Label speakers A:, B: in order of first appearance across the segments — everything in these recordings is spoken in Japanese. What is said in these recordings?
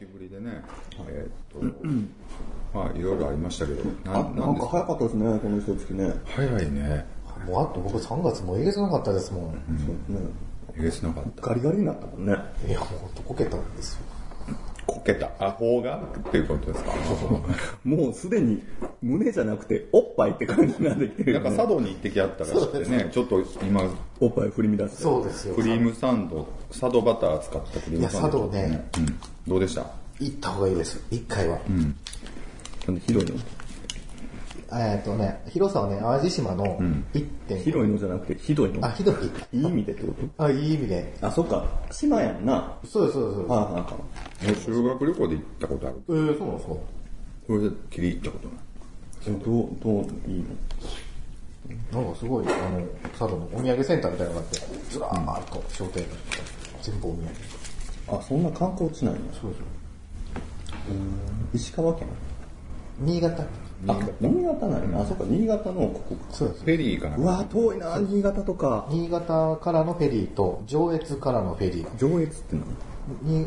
A: 引きぶりでね、えーっと、まあいろいろありましたけど、な
B: あ
A: ん
B: な
A: なん
B: ん
A: で
B: か
A: す
B: 早かったですね、この一月ね。
A: 早いね、
C: もうあと僕3月もえげつなかったですもん。
B: ね
A: えげつなかった。
B: ガリガリになったもんね。
C: いや、ほんとこけたんですよ。
A: こけた、アホがっていうことですか。
B: もうすでに胸じゃなくておっぱいって感じになってきてる
A: な
B: よ
A: ん
B: ね、
A: か佐渡に行ってきあったらしくてね、ちょっと今、
B: おっぱい振り乱して。
C: そうですよ。
A: クリームサンド、佐渡バター使ったクリームサンド。
C: いや佐
A: 渡ね。うん。どうでした
C: 行った方がいいです。1回は。
B: なんで広いの
C: えっとね、広さはね、淡路島の1.5。
B: 広いのじゃなくてひどいの
C: あ、ひどい。
B: いい意味でってこ
C: あ、いい意味で。
B: とあ、そっか。島やんな。
C: そうです、そうです。そうです
B: ああ、なんか。
A: 修学旅行で行ったことある
C: えー、そうなんですか
A: それできり行ったことない。
B: どう、どう、いいの
C: なんかすごい、あの、佐渡のお土産センターみたいなのがあって、ずらーっと商店街全部お土産。
B: あ、そんな観光地なんや。
C: そうですよ。
B: 石川県。
C: 新潟。
B: あ、新潟なんや。あ、そっか、新潟のここ。
C: そうです
A: フ。ェリーかな
B: うわ、遠いな、新潟とか。
C: 新潟からのフェリーと、上越からのフェリー。
B: 上越ってなん
C: に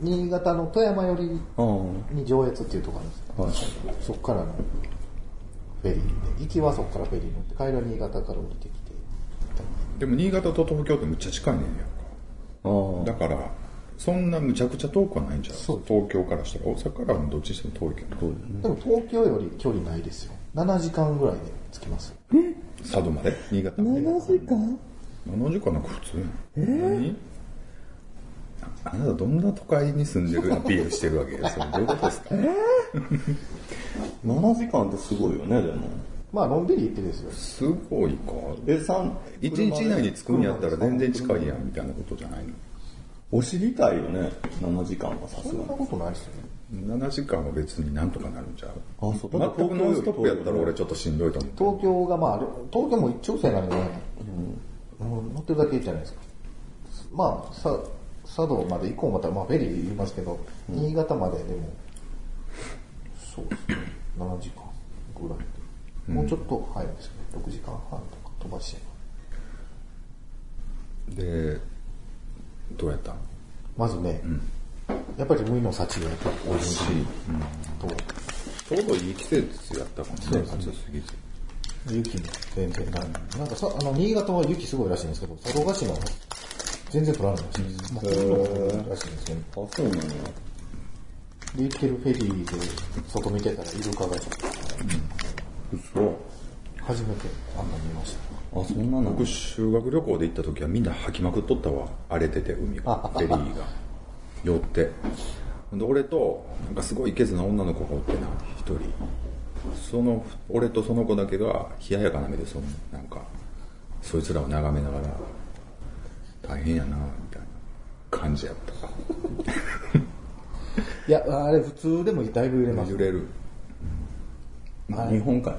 C: 新潟の富山寄り
B: ああ、
C: に上越っていうところなん
B: はい。
C: ですそっからのフェリーで、行きはそっからフェリー乗って、帰りは新潟から降りてきて。
A: でも新潟と東京ってむっちゃ近いねんやんか。
B: ああ
A: だから、そんなむちゃくちゃ遠くはないんじゃん。
C: そう
A: 東京からしたら、大阪からもどっちにしても遠いけど、
C: でも東京より距離ないですよ。7時間ぐらいで着きます。
A: 佐渡まで、新潟まで。
B: 7時間
A: 7時間なんか普通やん。何ああなたどんな都会に住んでるアピールしてるわけそれどういうことですか
B: ?7 時間ってすごいよね、でも。
C: まあ、のんびり行ってですよ。
A: すごいか。
B: え、三
A: 1日以内に着くんやったら全然近いやんみたいなことじゃないの。
B: お知りたいよね、7時間はさす
C: そ
B: が
C: んな
B: に。
C: ことないですよね。
A: 7時間は別になんとかなるんちゃう
B: あそ
A: 全
B: う
A: くノンストップやったら俺ちょっとしんどいと思う。
C: 東京がまあ、東京も一直線なんで、もう乗ってるだけじゃないですか。まあ、さ佐渡まで行こう思ったら、まあ、フェリー言いますけど、新潟まででも、そうですね、7時間ぐらいで。もうちょっと早いですけど、6時間半とか飛ばして。
A: で、どうやった
C: まずね、やっぱり海の幸がやっぱ美味しいと、
A: ちょうどいい季節やったかもね、暑すぎず。
C: 雪も全然ない。なんかさ、あの、新潟は雪すごいらしいんですけど、佐渡島は全然取らないらしいです。まあ、ほとんど取らないらしいんですけど、
B: あ、そうなんや。
C: で、行ってるフェリーで外見てたらイルカが
A: 嘘。
C: 初めてあんな見まし
B: あ、そんなの。
A: 僕修学旅行で行った時はみんな吐きまくっとったわ荒れてて海がフェリーが寄ってで俺となんかすごいイケズな女の子がおってな一人その俺とその子だけが冷ややかな目でそのなんかそいつらを眺めながら大変やなみたいな感じやった
C: た。いや、あれ普通でもだいぶ揺れます
A: 揺。れる
B: 日本海。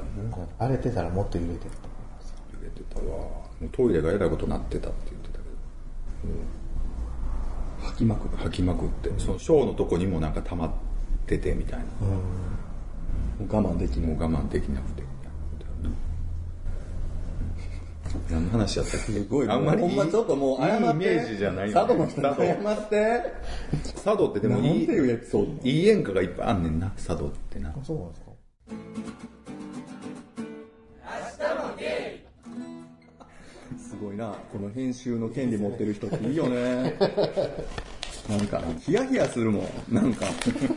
C: 荒れてたらもっと揺れてると思います。
A: 揺れてたわもうトイレがえらいことなってたって言ってたけど
B: 吐きまくる。
A: 吐きまくってそのショーのとこにもなんか溜まっててみたいな
B: 我慢できな
A: もう
B: い。
A: 我慢できなくて。何の話やったっけ
B: すごい。
A: あんまりいい
B: ほんまちょっともう謝っ
A: い
B: て。
A: いイメージじゃないよ
B: 佐
A: ね
B: 渡の人に謝って。
A: 佐渡ってでもい
B: なん
A: い
B: ていうエピソー
A: い
B: ド
A: い演歌がいっぱいあんねんな佐渡ってな
C: そうなんですか
B: すごいな。この編集の権利持ってる人っていいよね。なんか、ヒヤヒヤするもん。なんか、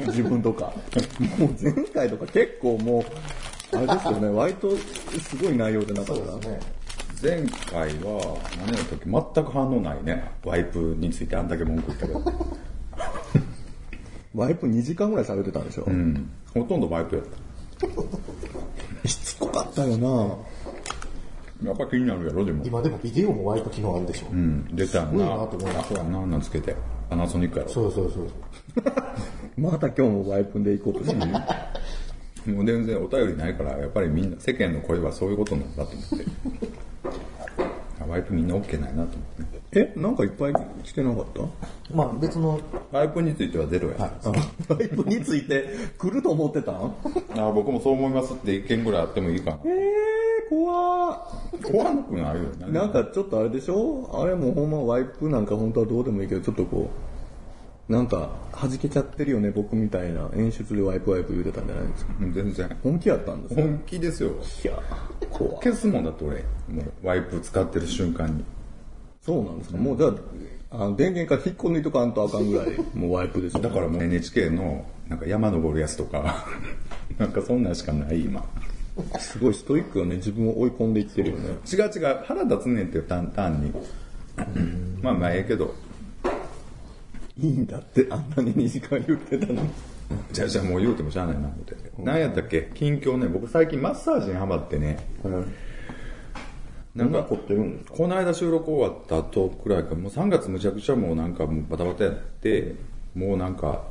B: 自分とか。もう前回とか結構もう、あれですよね、割とすごい内容でなかった。
C: そうですね。
A: 前回は何やったっけ全く反応ないねワイプについてあんだけ文句言ったけ ど
B: ワイプ2時間ぐらい喋ってたんでしょ。
A: うんほとんどワイプやった
B: しつこかったよな
A: やっぱ気になるやろでも
C: 今でもビデオもワイプ機能あるでしょ。
A: うん出たよ
C: すごい
A: な
C: なと思いました
A: あんなんつけてパナソニックやろ
C: そうそうそうそう。
B: また今日もワイプで行こうとしてる。
A: もう全然お便りないから、やっぱりみんな、世間の声はそういうことなんだと思って。 ワイプみんな OK ないなと思ってね。
B: え、なんかいっぱい来てなかった
C: まあ別の、
A: ワイプについてはゼロや、
B: あワイプについて来ると思ってたん
A: あ僕もそう思いますって意見ぐらいあってもいいかな。
B: えー、怖っ
A: 怖くなるよね
B: なんかちょっとあれでしょあれもほんまワイプなんか本当はどうでもいいけど、ちょっとこう、なんか弾けちゃってるよね、僕みたいな演出でワイプワイプ言うてたんじゃないんですか。
A: うん全然
B: 本気やったんですね
A: 本気ですよ
B: いや、怖っ
A: 消すもんだって俺もうワイプ使ってる瞬間に
B: そうなんですか。もうじゃあ、あの電源から引っこ抜いとかんとあかんぐらい、もうワイプですよ、
A: だからもう NHK のなんか山登るやつとか なんかそんなんしかない今
B: すごいストイックよね、自分を追い込んでいってるよね。
A: 違う違う腹立つねんって単単にまあまあええけど
B: いいんだって、あんなに2時間言ってたのに。
A: じゃあじゃあもう言うてもしゃあないな思って何やったっけ近況ね僕最近マッサージにハマってねなんか
B: 凝ってるんですか
A: この間収録終わった後くらいかもう3月むちゃくちゃもうなんかもうバタバタやってもうなんか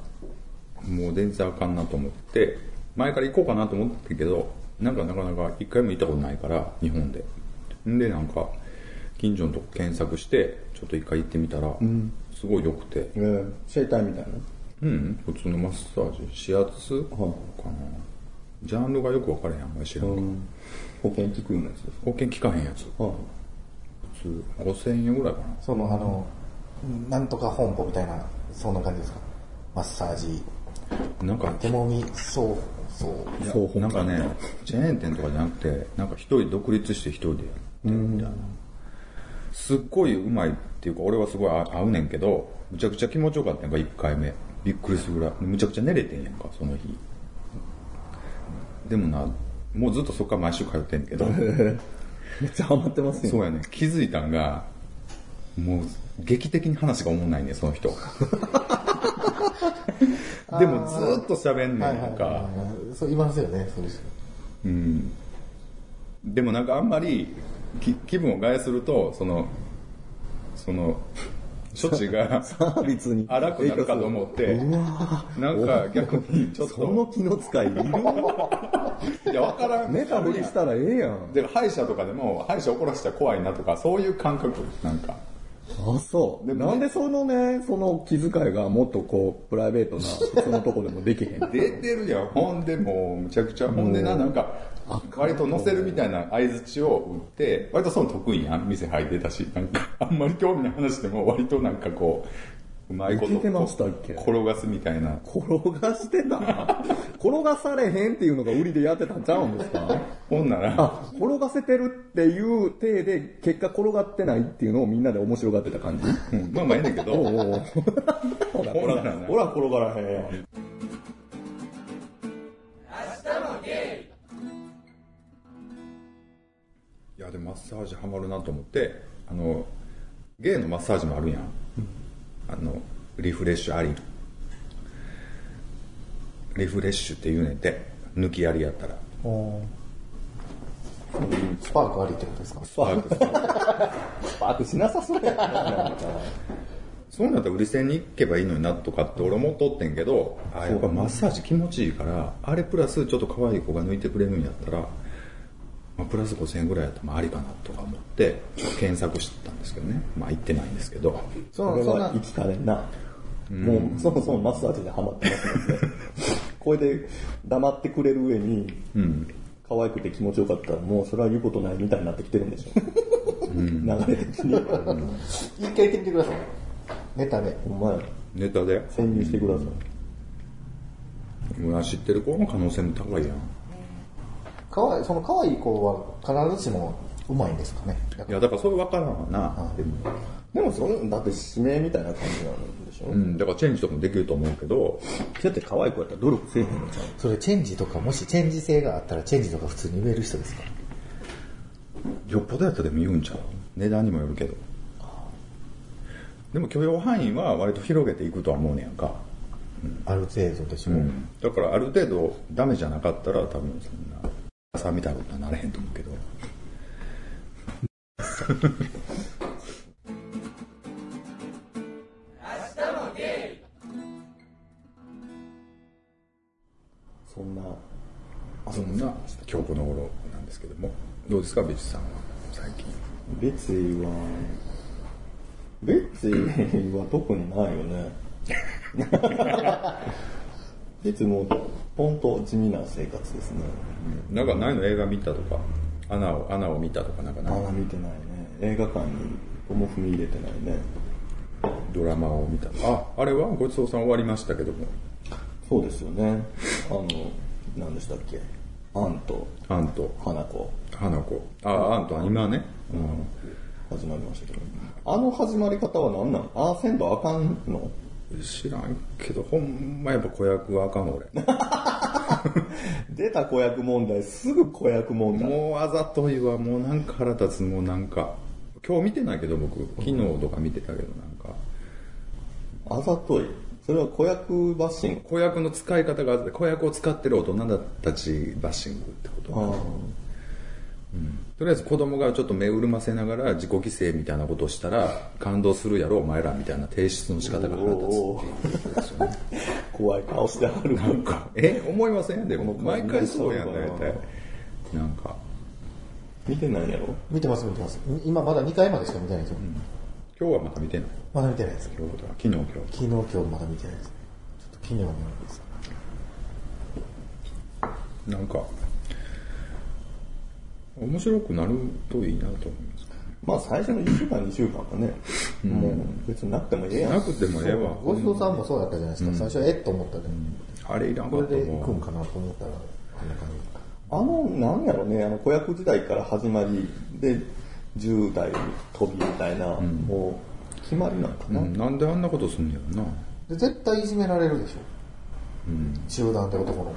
A: もう全然あかんなと思って前から行こうかなと思ってたけどなんかなかなか一回も行ったことないから日本でんでなんか近所のとこ検索してちょっと一回行ってみたら、すごい良くて
B: えー、整体みたいな。
A: うん普通のマッサージ指圧かな、ジャンルがよく分からへんあんまり知らんから、
B: 保険聞くようなやつです
A: 保険効かへんやつ
B: か。は
A: 普通5000円ぐらいかな
C: その、あの、なんとか本舗みたいな、そんな感じですか。マッサージ、
A: なんか
C: 手もみ、そう、そう。
A: いや
B: そう本
A: なんかねチェーン店とかじゃなくてなんか一人独立して一人でやってるみたいなすっごいうまいっていうか俺はすごい合うねんけどむちゃくちゃ気持ちよかったんか1回目びっくりするぐらいむちゃくちゃ寝れてんやんかその日でもなもうずっとそっから毎週通ってんけ ど
B: めっちゃハマってます よ。
A: そうやねん気づいたんがもう劇的に話がおもんないねんその 人でもずーっと喋んねん
C: はい
A: な
C: はい
A: んか、
C: はい。そう、いますよね、そうです。
A: でもなんかあんまりき気分を害するとそのその処置 が
B: サービスに。
A: 荒くなるかと思ってなんか逆にちょっ
B: その
A: と
B: 気の使いいる
A: いやわからん
B: メタルにしたらええやん。
A: で歯医者とかでも歯医者怒らせたら怖いなとかそういう感覚なんか
B: あ、そう。でなんでそのね、その気遣いがもっとこう、プライベートな、そのとこでもできへん。
A: 出てるやんほんでもうむちゃくちゃほんでななんか割と乗せるみたいな相づちを打って割とその得意やん店入ってたしなんかあんまり興味ない話でも割となんかこううまいこと
B: 聞いてましたっけ
A: 転がすみたいな
B: 転がしてた転がされへんっていうのが売りでやってたんちゃうんですか
A: ほんなら、
B: あ、転がせてるっていう体で、結果転がってないっていうのをみんなで面白がってた感じ。
A: うんまあまあええねん け
B: おう
A: ど、
B: おうほら、
A: ほらほ
B: ら、転がらへん。
A: いやでもマッサージハマるなと思って、あの、ゲイのマッサージもあるやん。あの、リフレッシュあり。リフレッシュって言うねんて、抜きやりやったら。
C: スパークありってことですか
A: スパークスパーク
B: パークしなさそうやな。
A: そうなったら売り線に行けばいいのになとかって俺思っとってんけど、あやっぱマッサージ気持ちいいから、あれプラスちょっと可愛い子が抜いてくれるんやったら、まあ、プラス5000円ぐらいやったらまあありかなとか思って検索してたんですけどね。まあ行ってないんですけど。
C: そ
B: これ
C: んそん
B: は
C: な
B: 生、きかれんな。もう、そもそもマッサージでハマってますもんね。 これで黙ってくれる上に、可愛くて気持ちよかったら、もうそれは言うことないみたいになってきてるんでしょ。流れ的に。
C: 一回行ってみてください。ネタで。
B: お前、
A: ネタで。
B: 潜入してください。
A: うわ知ってる子の可能性も高いやん
C: かわい、その可愛い子は必ずしもうまいんですかね。
A: いやだからそれ分からんわな、でも
B: でもその、だって指名みたいな感じなんでしょ。
A: うん、だからチェンジとかもできると思うけど
B: だって可愛い子やったら努力せえへんのちゃう
C: それチェンジとか、もしチェンジ性があったらチェンジとか普通に売れる人ですか
A: よっぽどやったらでも言うんちゃう値段にもよるけどでも許容範囲は割と広げていくとは思うねやんか、
C: ある程度でしょ。
A: だからある程度ダメじゃなかったら多分そんなさみたいなことにはなれへんと思うけど
B: そんな、
A: そんな今日この頃なんですけどもどうですかベチさんは最近
B: 別意は、別意は特にないよね。 別にもう、ポンと地味な生活ですね。
A: なんかないの映画見たとか穴を、穴を見たとかなんかな
B: ま
A: い
B: だ見てないね映画館に一歩も踏み入れてないね
A: ドラマを見た。あ、あれはごちそうさん終わりましたけども。
B: そうですよねあの何でしたっけアンと
A: アンと、
B: 花子
A: 花子。あ、アンと、今ね。うん。
B: 始まりましたけどあの始まり方は何なんああせんとあかんの
A: 知らんけど、ほんまやっぱ子役はあかん俺。
B: 出た子役問題すぐ子役問題
A: もうあざといわ、もうなんか腹立つ、もうなんか。今日見てないけど僕、昨日とか見てたけどなんか。
B: あざといそれは子役バッシング
A: 子役の使い方が、子役を使ってる大人たちバッシングってこと
B: あ
A: とりあえず子供がちょっと目潤ませながら自己犠牲みたいなことをしたら感動するやろお前らみたいな提出の仕方が腹立つっていうことですよね
B: あ怖い顔してはる
A: なんかえ思いませんでも
B: この
A: 毎回そうやん
B: この
A: 大体なんか
B: 見てないんやろ
C: 見てます、見てます。今まだ2回までしか見てないですよ。
A: 今日はまた見てない
C: まだ見てないです。
A: 今日とか昨日今日
C: 昨日、今日まだ見てないです。ちょっと気にはなるんです。
A: なんか面白くなるといいなと思います
B: まあ最初の1週間2週間はね、もう別になくてもええや
A: なんくてもええわ
C: ごちそうさんもそうだったじゃないですか。最初はえっと思ったけど、
A: あれいらんか
C: これ
A: った
C: で行くん
A: も
C: かなと思ったら、あんな感じ。
B: あのなんやろねあの子役時代から始まりで10代飛びみたいな、もう決まりなんか
A: う、
B: な、
A: うん、なんであんなことすんのやろな
C: で、絶対いじめられるでしょ。集団で男の子。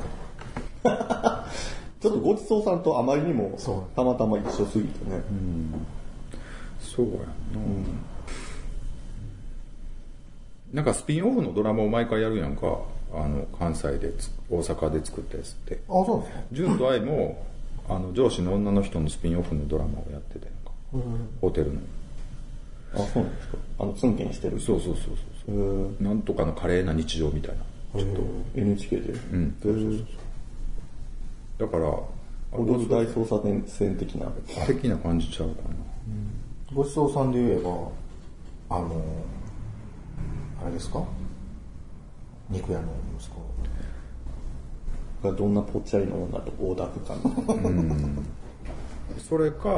B: ちょっとごちそうさんとあまりにも
C: そう
B: たまたま一緒すぎてね、
A: そうやんな、なんかスピンオフのドラマを毎回やるやんかあの関西でつ大阪で作ったやつって
C: あ、そうなんですか。
A: 純と愛もあの上司の女の人のスピンオフのドラマをやってたやんか、ホテルの
B: あそうなんですかあのツンケンしてる
A: そうそうそうそう
B: へー
A: そうなんとかの華麗な日常みたいなちょっと
B: NHK で、
A: ん
B: へー
A: だから
B: 踊る大捜査線的な
A: 的な感じちゃうかな
C: ごちそうさんで言えば、あの、あれですか肉屋の息子。
B: がどんなぽっちゃりの女と大田区間の
A: それか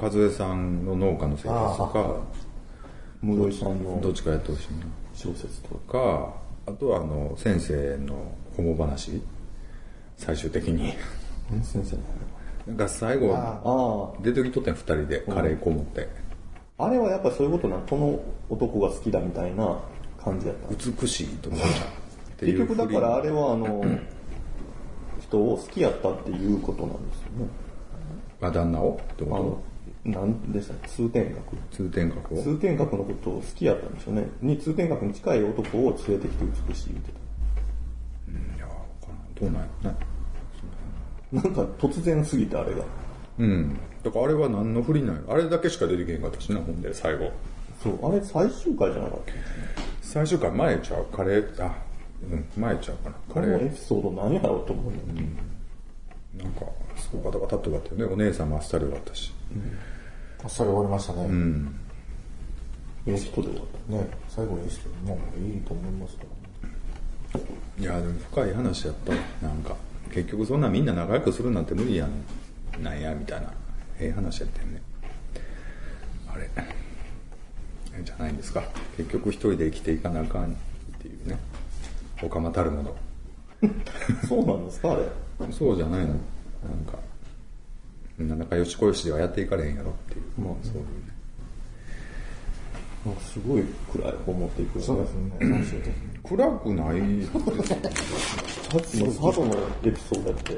A: 和江さんの農家の生活とか
B: 室井さんの
A: どっちかやってほしいな
B: 小説とか
A: かあとはあの先生のホモ話最終的に
B: え先生の
A: なんか最後
B: あ
A: 出てきとったん2人でカレーこもって
B: ああれはやっぱそういうことなのこの男が好きだみたいな感じやった
A: 美しいと思ったってい
B: 結
A: う
B: 局だからあ
A: れ
B: れはあの 人を好きやったっていうことなんですよね
A: あ旦那をって
B: あの
A: こ
B: 何でしたっけ通天閣
A: と通天閣を
B: 通天閣のことを好きやったんですよねに通天閣に近い男を連れてきて美しいって
A: いや分からんどうなんやろね
B: なんか突然すぎてあれが
A: うんだからあれは何の不利なんやろあれだけしか出てけへんかったしなほんで最後
B: そうあれ最終回じゃなかった
A: 最終回前ちゃうカレーあうん前ちゃうかな
B: こ
A: カレ
B: の
A: ー
B: エピソード何やろうと思うねん
A: なんかすごいバタバタっと終わったよねお姉さんもあっさり終わったし
C: あそれ終わりましたね。
B: ええ人で終わった
C: ね、最後にして、まあいいと思いますけどね。
A: いやでも深い話やったわなんか結局そんなみんな仲良くするなんて無理やんなんやみたいなええ話やったよねあれえじゃないんですか結局一人で生きていかなあかんっていうねおかまたるもの
B: そうなんですかあれ
A: そうじゃないのなんかみんな仲良しこよしではやっていかれへんやろっていう
B: まあ
A: そういうね
B: なんかすごい暗い思っていくよね
C: そうですね、最終的に。
A: 暗くない
B: さっきの佐渡のエピソードだって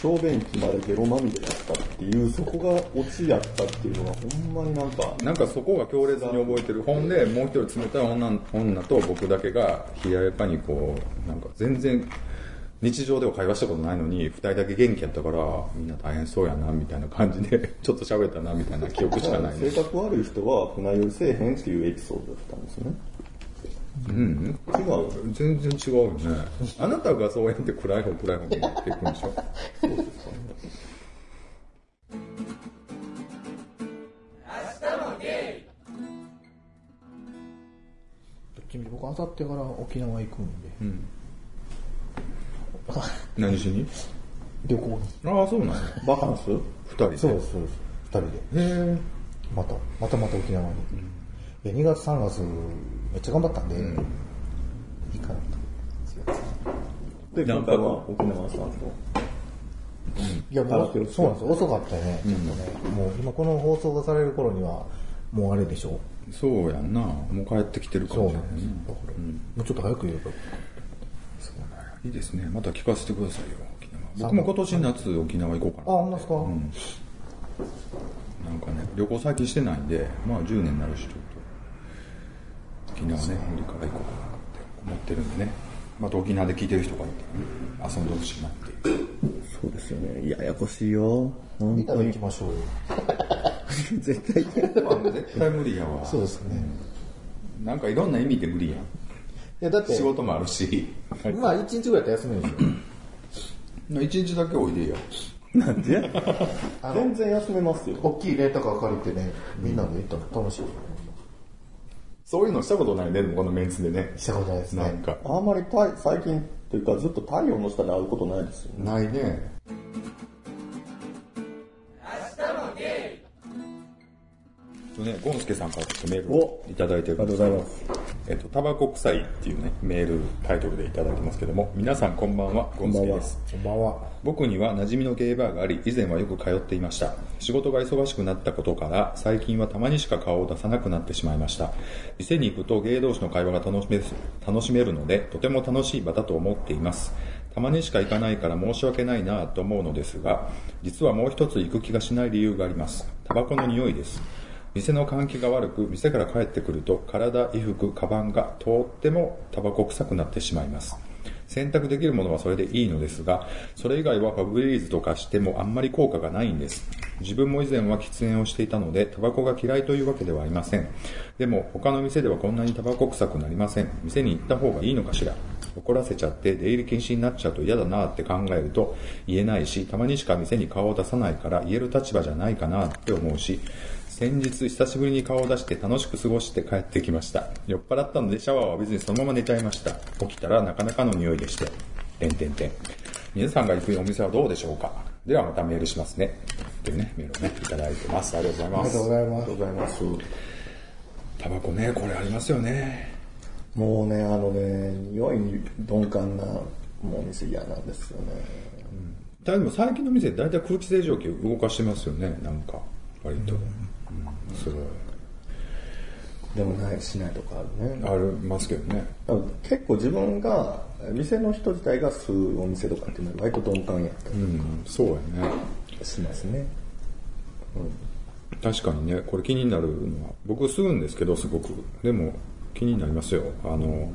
B: 小便器までゲロまみれだったっていうそこがオチやったっていうのはほんまになんか
A: なんかそこが強烈に覚えてるほんでもう一人冷たい女女と僕だけが冷ややかにこうなんか全然日常では会話したことないのに2人だけ元気やったからみんな大変そうやなみたいな感じで ちょっと喋ったなみたいな記憶しかないね
B: 性格悪い人は船酔いせえへんっていうエピソードだったんですね
A: うん
B: 違う
A: 全然違うよねあなたがそうやって暗い方暗い方になっていくんでしょ
C: どっちみち僕、あさってから沖縄行くんで、
A: 何しに
C: 旅行に。
A: ああ、そうなんや。
B: バカンス
A: 二人で。
C: そうです、そうです。二人で。
A: へえ。
C: また、またまた沖縄に。いや、2月3月、めっちゃ頑張ったんで、いいかなと。
B: で、今回は沖縄さんと。
C: いや、
B: カラ
C: も
B: オケを
C: う、そうなんですよ。遅かったよね、ちょっとね。もう、今この放送がされる頃には、もうあれでしょ
A: そうやんな。もう帰ってきてるか
C: そう
A: もし
C: な
A: れ
C: んですよ。だから、もうちょっと早く言えば。
A: ない。いいですね。また聞かせてくださいよ、沖縄。僕も今年夏、沖縄行こうかな。
C: あ、ほんまですか、
A: なんかね、旅行最近してないんで、まあ10年になるし、ちょっと、沖縄ね、無理から行こうかなって思ってるんでね。また沖縄で聞いてる人がいたらね、遊んでほしいなっていう。
B: そうですよね。ややこしいよ。本
C: 見たら
B: 当
C: 行
B: に
C: き。ましょうよ。
B: 絶対嫌だ。
A: 絶対無理やわ。
C: そうですね。
A: なんかいろんな意味で無理やん。
C: いや、だって、
A: 仕事もあるし。
C: まあ、1日ぐらいやったら休めるんですよ。
A: 一日だけおいでや。
B: なんで
C: あの
B: 全然休めますよ。
C: 大きいレンタカー借りてね、みんなで行ったら楽しい。
A: そういうのしたことないね、でもこのメンツでね。
C: したことないですね。
A: なんか。
B: あんまり太最近っていうかずっと太陽の下で会うことないですよね。
A: ないね。明日もゲイね、ゴンスケさんからちょっとメールをいただいてるんです
B: ありがとうご
A: ざいます。えっと、タバコ臭いっていうね、メールタイトルでいただいてますけども、皆さんこんばんは、ゴンスケです。
C: こんばんは。
A: 僕には馴染みのゲイバーがあり以前はよく通っていました仕事が忙しくなったことから最近はたまにしか顔を出さなくなってしまいました店に行くとゲイ同士の会話が楽しめ楽しめるのでとても楽しい場だと思っていますたまにしか行かないから申し訳ないなぁと思うのですが実はもう一つ行く気がしない理由がありますタバコの匂いです店の換気が悪く店から帰ってくると体衣服カバンがとってもタバコ臭くなってしまいます選択できるものはそれでいいのですが、それ以外はファブリーズとかしてもあんまり効果がないんです。自分も以前は喫煙をしていたので、タバコが嫌いというわけではありません。でも、他の店ではこんなにタバコ臭くなりません。店に行った方がいいのかしら。怒らせちゃって出入り禁止になっちゃうと嫌だなって考えると言えないし、たまにしか店に顔を出さないから言える立場じゃないかなって思うし、先日久しぶりに顔を出して楽しく過ごして帰ってきました酔っ払ったのでシャワーを浴びずにそのまま寝ちゃいました起きたらなかなかの匂いでして点点点皆さんが行くお店はどうでしょうかではまたメールしますねというねメールをねいただいてますありがとうご
C: あ
A: ざ
C: り
A: い
C: がとうご
A: ます
C: ざいます。
B: ございます。
A: タバコねこれありますよね
B: もうね、あのね、匂いに鈍感なもう店嫌なんですよね。
A: だでも最近の店大体空気清浄機動かしてますよねなんか割と、うん、すごい
B: でもない、しないとかあるね。
A: ありますけどね
B: だから結構自分が、店の人自体が吸うお店とかっていうのは割と鈍感やった
A: う
B: り
A: んそうやね
B: しますね。
A: 確かにねこれ気になるのは僕吸うんですけどすごくでも気になりますよあの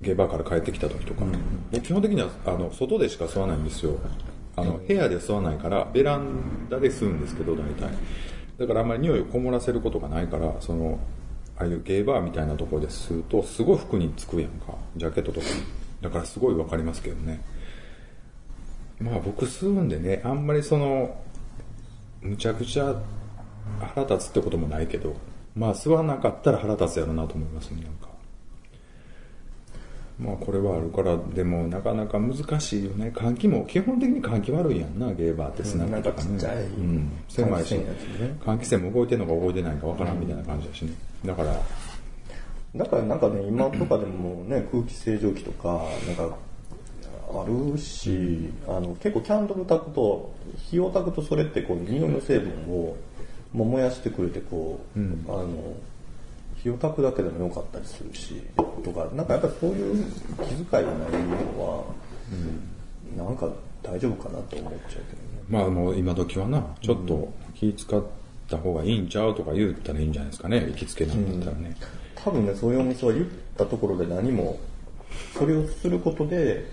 A: ゲバーから帰ってきた時とか、僕基本的にはあの外でしか吸わないんですよあの部屋で吸わないからベランダで吸うんですけど大体だからあんまり匂いをこもらせることがないからそのああいうゲーバーみたいなところで吸うとすごい服につくやんかジャケットとかにだからすごいわかりますけどねまあ僕吸うんでねあんまりそのむちゃくちゃ腹立つってこともないけどまあ吸わなかったら腹立つやろなと思いますねなんかまあこれはあるからでもなかなか難しいよね換気も基本的に換気悪いやんなゲーバーってスナックとかね、
B: うんなんかちっちゃい
A: うん、狭いし、
B: 換気扇やつね
A: 換気扇も動いてるのか動いてないのかわからんみたいな感じだしねだから
B: だからなんかね、今とかでもね、空気清浄機とか、なんか、あるし、あの、結構キャンドル焚くと、火を焚くとそれってこう、匂いの成分を、もう燃やしてくれて、こう、あの、火を焚くだけでも良かったりするし、とか、なんかやっぱりそういう気遣いがないのは、なんか大丈夫かなと思っちゃうけどね。
A: まあもう今時はなちょっと気使った方がいいんちゃうとか言ったらいいんじゃないですかね行きつけなんだったらね、
B: 多分ねそういうお店は言ったところで何もそれをすることで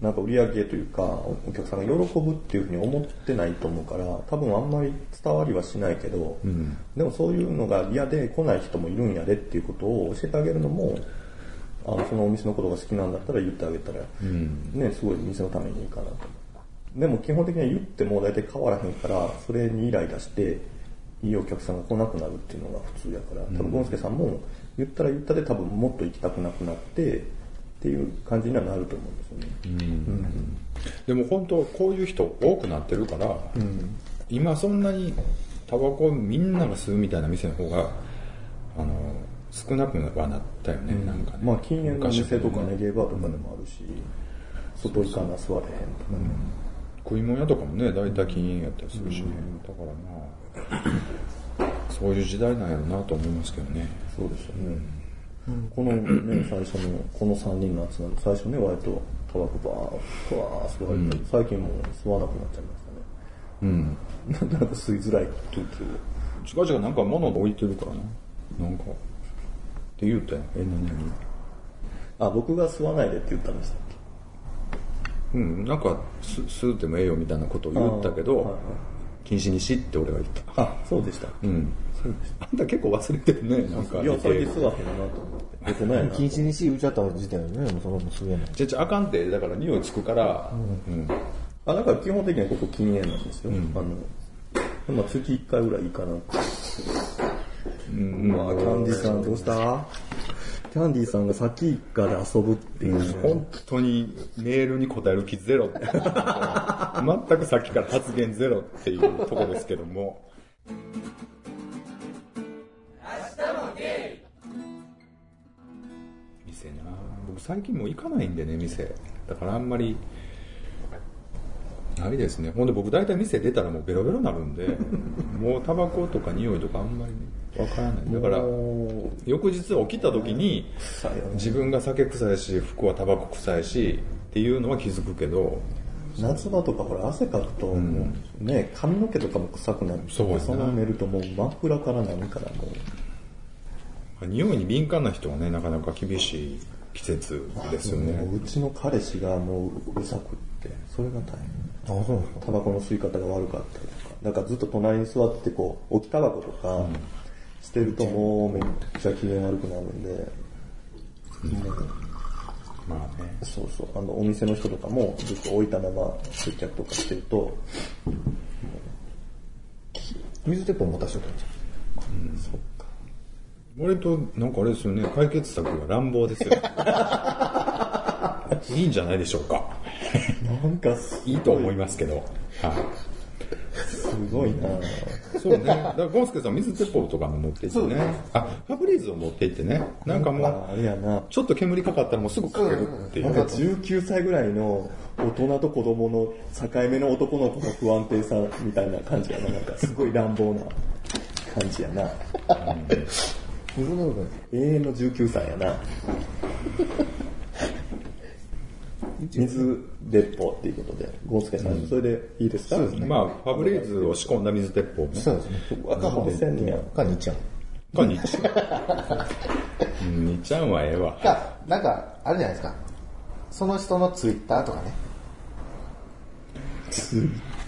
B: なんか売り上げというかおお客さんが喜ぶっていうふうに思ってないと思うから多分あんまり伝わりはしないけど、でもそういうのが嫌で来ない人もいるんやでっていうことを教えてあげるのもあのそのお店のことが好きなんだったら言ってあげたら、ねすごい店のためにいいかなとでも基本的には言っても大体変わらへんからそれにイライラしていいお客さんが来なくなるっていうのが普通やから多分ゴンスケさんも言ったら言ったで多分もっと行きたくなくなってっていう感じにはなると思うんですよね、
A: でも本当こういう人多くなってるから、今そんなにタバコみんなが吸うみたいな店の方があの少なくはなったよね、なんかね
B: まあ禁煙の店とかね
A: 昔は
B: ゲーバーとかでもあるし、外行かな座れへんとかね、
A: 食い物屋とかもね大体禁煙やったりするしね、だからまあ そういう時代なんやろなと思いますけどね
B: そうですよね、このね最初のこの3人の集まり最初ね割とタバコバーッとわー吸われて、最近もう吸わなくなっちゃいましたね なんとなく吸いづらい空気を
A: 近々なんか物置いてるからななんかって言うたやんえ何々
B: あ僕が吸わないでって言ったんでしたっ
A: うんなんかす吸うてもええよみたいなことを
B: け
A: 言ったけど、
B: はいはい
A: 禁止にしって俺が言った
B: あそうでしたっけ
A: うんあんた結構忘れてるねなんか
B: いや最近吸わへんなと思って僕ないな
C: 禁止にし言っちゃった時点でね、もうそれはもうすげえな。
A: じゃじゃあかんってだから匂いつくから、うん
B: あだから基本的にはここ禁煙なんですよ、あのまあ月1回ぐらいいいかなってうんまあキャンディーさんどうしたキャンディーさんが先から遊ぶっていう、
A: 本当にメールに答える気ゼロ全くさっきから発言ゼロっていうとこですけども店な僕最近もう行かないんでね店だからあんまりないですねほんで僕大体店出たらもうベロベロになるんでもうタバコとか匂いとかあんまりねわからないだから
B: も
A: 翌日起きた時に
B: 臭いよね
A: 自分が酒臭いし服はタバコ臭いしっていうのは気づくけど
B: 夏場とかほら汗かくと、もうね髪の毛とかも臭くなる
A: そうやな
B: その寝るともう真っ暗からなるからもう
A: 匂いに敏感な人はねなかなか厳しい季節ですよ
B: もう
A: ね
B: うちの彼氏がもううるさくってそれが大変
C: あ、そうなんですか。
B: タバコの吸い方が悪かったりとか、だからずっと隣に座ってこう、置きタバコとか、してるともうめっちゃ機嫌悪くなるんで、もう
A: まあね
B: そうそう、あの、お店の人とかもずっと置いたまま接客とかしてると、
C: 水鉄砲持たせとったんじ
B: そっか。
A: 俺となんかあれですよね解決策が乱暴ですよ いいんじゃないでしょうか
B: なんかす
A: いいと思いますけどは
B: すごいなぁ
A: いそうねだからゴンスケさん水鉄砲とかも持っていってねあファブリーズを持っていってねなんかも
B: ああれやな
A: うちょっと煙かかったらもうすぐかけるってい
B: なん
A: う
B: か19歳ぐらいの大人と子供の境目の男の子の不安定さみたいな感じやな。なんかすごい乱暴な感じやな。
C: ゃん。そんなことない。
B: 永遠の19歳やな。水鉄砲っていうことで、ゴンスケさん、それでいいですかそうです
A: まあファブリーズを仕込んだ水鉄砲ね
C: そうですね。
B: 若者千人やん。
C: か、にちゃん。
A: か、にちゃん。にちゃんはええわ。
C: か、なんか、あるじゃないですか。その人のツイッターとかね。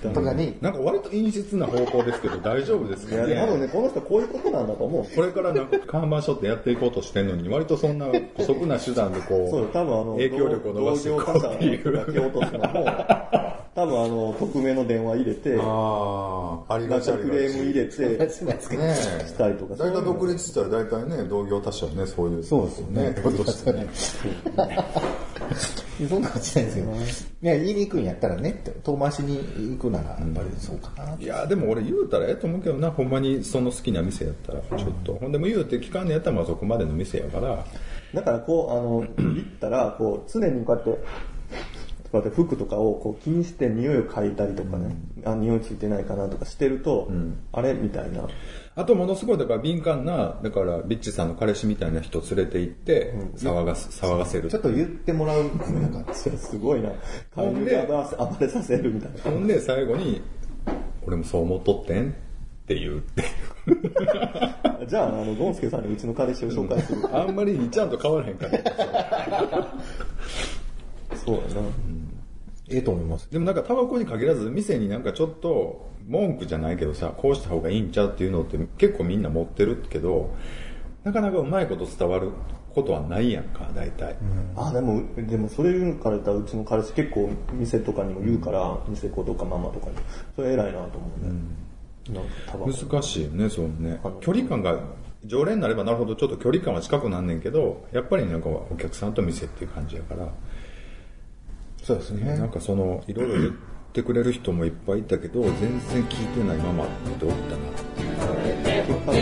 C: と かに、
A: なんか割と陰湿な方向ですけど、大丈夫です
B: い
A: か
B: や、でも
A: ね
B: ね、この人こういうことなんだと思う。
A: これからなんか看板書ってやっていこうとしてんのに、割とそんな姑息な手段で
B: そう
A: こ
B: よ多分あの、
A: 影響力を伸ばしていこうっていう
B: 同業他社の落とすのも、多分あの、匿名の電話入れて、
A: う。ああ、あり
B: なんかクレーム入れ
C: や
B: て、
C: つなんですか
A: ね
B: したりとか。
A: 大体独立したら大体ね、同業他社はね、そういう。
C: そうですよね
A: ことしてね。
C: そんなことしないですけど。いや、言いに行くんやったらねって、遠回しに行くなら、やっぱりそうかな。
A: いやでも俺言うたらええと思うけどなほんまにその好きな店やったらちょっとほんでも言うて期間のやったらまあそこまでの店やから
B: だからこう、あの、行ったら、こう、常にこうやって、こうやって服とかをこう気にして匂いを嗅いだりとかね、あ、匂いついてないかなとかしてると、あれみたいな。
A: あとものすごいだから敏感なだからビッチさんの彼氏みたいな人連れて行って騒がす騒がせる
C: ちょっと言ってもらうんですよ、なんか。
B: すごいな。
A: ほ
B: 勧
A: ん
B: 誘
A: で
B: で暴ら暴れさせるみたいな。
A: ほんで最後に「俺もそう思っとってん」って言う って
B: じゃあ、あの、ゴンスケさんにうちの彼氏を紹介する。
A: あんまりにちゃんと変わらへんから
B: そうやな。
C: ええと思います。
A: でもなんかタバコに限らず店になんかちょっと文句じゃないけどさこうした方がいいんちゃうっていうのって結構みんな持ってるけどなかなかうまいこと伝わることはないやんか大体、
B: あ、でも、でもそれ言うから言ったらうちの彼氏結構店とかにも言うから、店子とかママとかに。それ偉いなと思うね。なんかタバコ。
A: 難しいよねそうね距離感が常連になればなるほどちょっと距離感は近くなんねんけどやっぱりなんかお客さんと店っていう感じやから
C: そうですね
A: なんかそのいろいろ言ってくれる人もいっぱいいたけど全然聞いてないままどうだなっていう
B: 結局多分